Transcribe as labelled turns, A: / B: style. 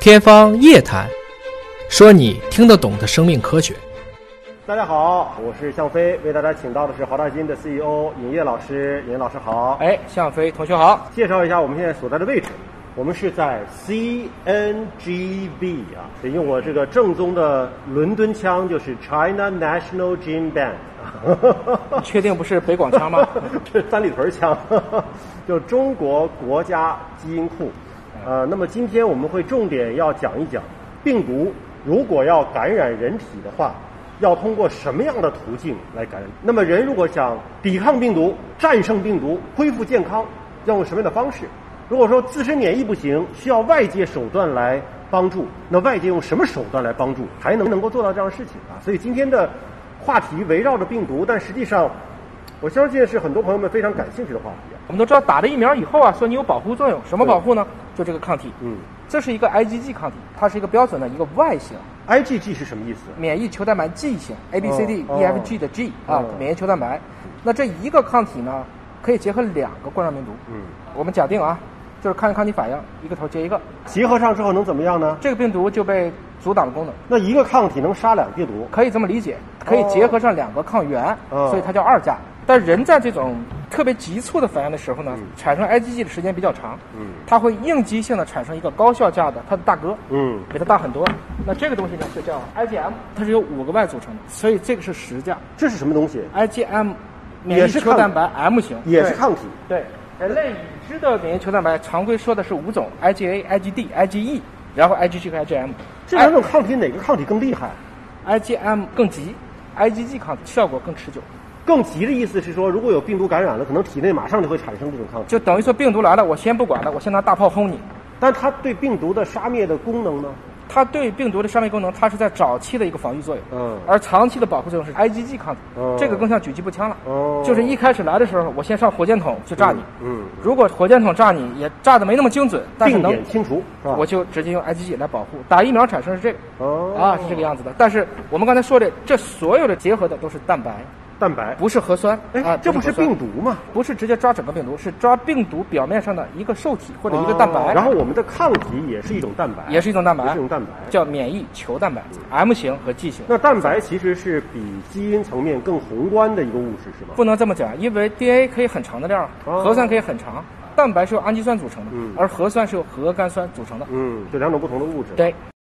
A: 天方夜谭，说你听得懂的生命科学。
B: 大家好，我是向飞，为大家请到的是华大基因的 CEO 尹烨老师。尹烨老师好，
C: 哎，向飞同 学好，
B: 介绍一下我们现在所在的位置。我们是在 CNGB 啊，得用我这个正宗的伦敦腔，就是 China National Gene Bank，
C: 你确定不是北广 腔吗？
B: 这三里屯腔，就中国国家基因库。呃，那么今天我们会重点要讲一讲，病毒如果要感染人体的话，要通过什么样的途径来感染？那么人如果想抵抗病毒、战胜病毒、恢复健康，要用什么样的方式？如果说自身免疫不行，需要外界手段来帮助，那外界用什么手段来帮助，才能能够做到这样的事情啊？所以今天的话题围绕着病毒，但实际上，我相信是很多朋友们非常感兴趣的话题啊。
C: 我们都知道打了疫苗以后啊，说你有保护作用，什么保护呢？就这个抗体，
B: 嗯
C: 这是一个 IgG 抗体，它是一个标准的一个 Y 型
B: ，IgG 是什么意思？
C: 免疫球蛋白 G 型 A B C D
B: 哦
C: E F G 的 G 啊
B: 哦，
C: 免疫球蛋白。那这一个抗体呢，可以结合两个冠状病毒。
B: 嗯，
C: 我们假定啊，就是看抗体反应，一个头接一个，
B: 结合上之后能怎么样呢？
C: 这个病毒就被阻挡了功能。
B: 那一个抗体能杀两个病毒，
C: 可以这么理解，可以结合上两个抗原，
B: 哦
C: 所以它叫二价。但人在这种特别急促的反应的时候呢，
B: 嗯
C: 产生 IgG 的时间比较长，
B: 嗯
C: 它会应激性的产生一个高效价的它的大哥，
B: 嗯
C: 比它大很多。那这个东西呢就叫 IgM，它是由五个 Y 组成的，所以这个是实价。
B: 这是什么东西？
C: IgM
B: 也
C: 免疫
B: 是
C: 球
B: 抗
C: 蛋白 M 型，
B: 也是
C: 对
B: 抗体。
C: 对，人类已知的免疫球蛋白常规说的是五种：IgA、IgD、IgE，然 E，后 IgG 和 IgM。
B: 这两种抗体哪个抗体更厉害？
C: IgM 更急，IgG 抗体效果更持久。
B: 更急的意思是说，如果有病毒感染了，可能体内马上就会产生这种抗体。
C: 就等于说病毒来了，我先不管了，我先拿大炮轰你。
B: 但它对病毒的杀灭的功能呢？
C: 它对病毒的杀灭功能，它是在早期的一个防御作用，
B: 嗯
C: 而长期的保护作用是 IgG 抗体，
B: 哦
C: 这个更像狙击步枪了，
B: 哦
C: 就是一开始来的时候，我先上火箭筒去炸你，
B: 嗯嗯
C: 如果火箭筒炸你也炸的没那么精准，但是
B: 定
C: 能
B: 点啊清除是吧？
C: 我就直接用 IgG 来保护。打疫苗产生是这个，
B: 哦
C: 啊是这个样子的。但是我们刚才说的，这所有的结合的都是蛋白，
B: 蛋白
C: 不是核酸，啊
B: 哎，，这不是
C: 核酸
B: 病毒吗？
C: 不是直接抓整个病毒，是抓病毒表面上的一个受体或者一个蛋白，
B: 哦然后我们的抗体也是一种蛋白，
C: 也是一种蛋白，
B: 也是一种蛋白。嗯
C: 叫免疫球蛋白，M 型和 G 型。
B: 那蛋白其实是比基因层面更宏观的一个物质，是吗？
C: 不能这么讲，因为 DNA 可以很长的量，
B: 哦
C: 核酸可以很长，蛋白是由氨基酸组成的，
B: 嗯
C: 而核酸是由核苷酸组成的。
B: 嗯，就两种不同的物质。
C: 对，